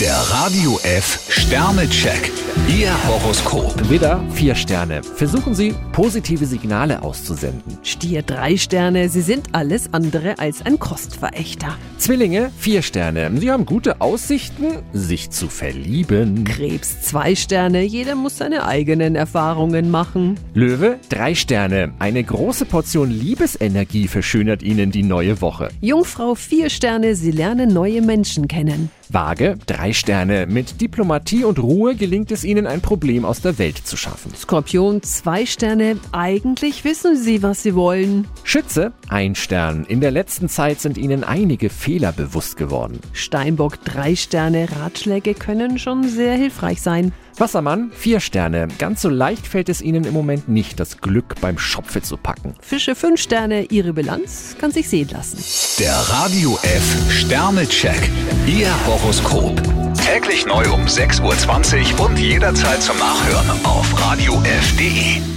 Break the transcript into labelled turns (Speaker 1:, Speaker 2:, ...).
Speaker 1: Der Radio F Sternecheck. Ihr Horoskop.
Speaker 2: Widder, vier Sterne. Versuchen Sie, positive Signale auszusenden.
Speaker 3: Stier drei Sterne, Sie sind alles andere als ein Kostverächter.
Speaker 2: Zwillinge, vier Sterne. Sie haben gute Aussichten, sich zu verlieben.
Speaker 3: Krebs zwei Sterne, jeder muss seine eigenen Erfahrungen machen.
Speaker 2: Löwe, drei Sterne. Eine große Portion Liebesenergie verschönert Ihnen die neue Woche.
Speaker 3: Jungfrau vier Sterne, Sie lernen neue Menschen kennen.
Speaker 2: Waage, drei Sterne. Mit Diplomatie und Ruhe gelingt es Ihnen, ein Problem aus der Welt zu schaffen.
Speaker 3: Skorpion zwei Sterne, eigentlich wissen Sie, was Sie wollen.
Speaker 2: Schütze, ein Stern. In der letzten Zeit sind Ihnen einige Fehler bewusst geworden.
Speaker 3: Steinbock drei Sterne, Ratschläge können schon sehr hilfreich sein.
Speaker 2: Wassermann, vier Sterne. Ganz so leicht fällt es Ihnen im Moment nicht, das Glück beim Schopfe zu packen.
Speaker 3: Fische fünf Sterne, Ihre Bilanz kann sich sehen lassen.
Speaker 1: Der Radio F Sternecheck. Ihr Horoskop. Täglich neu um 6.20 Uhr und jederzeit zum Nachhören auf Radio radiof.de.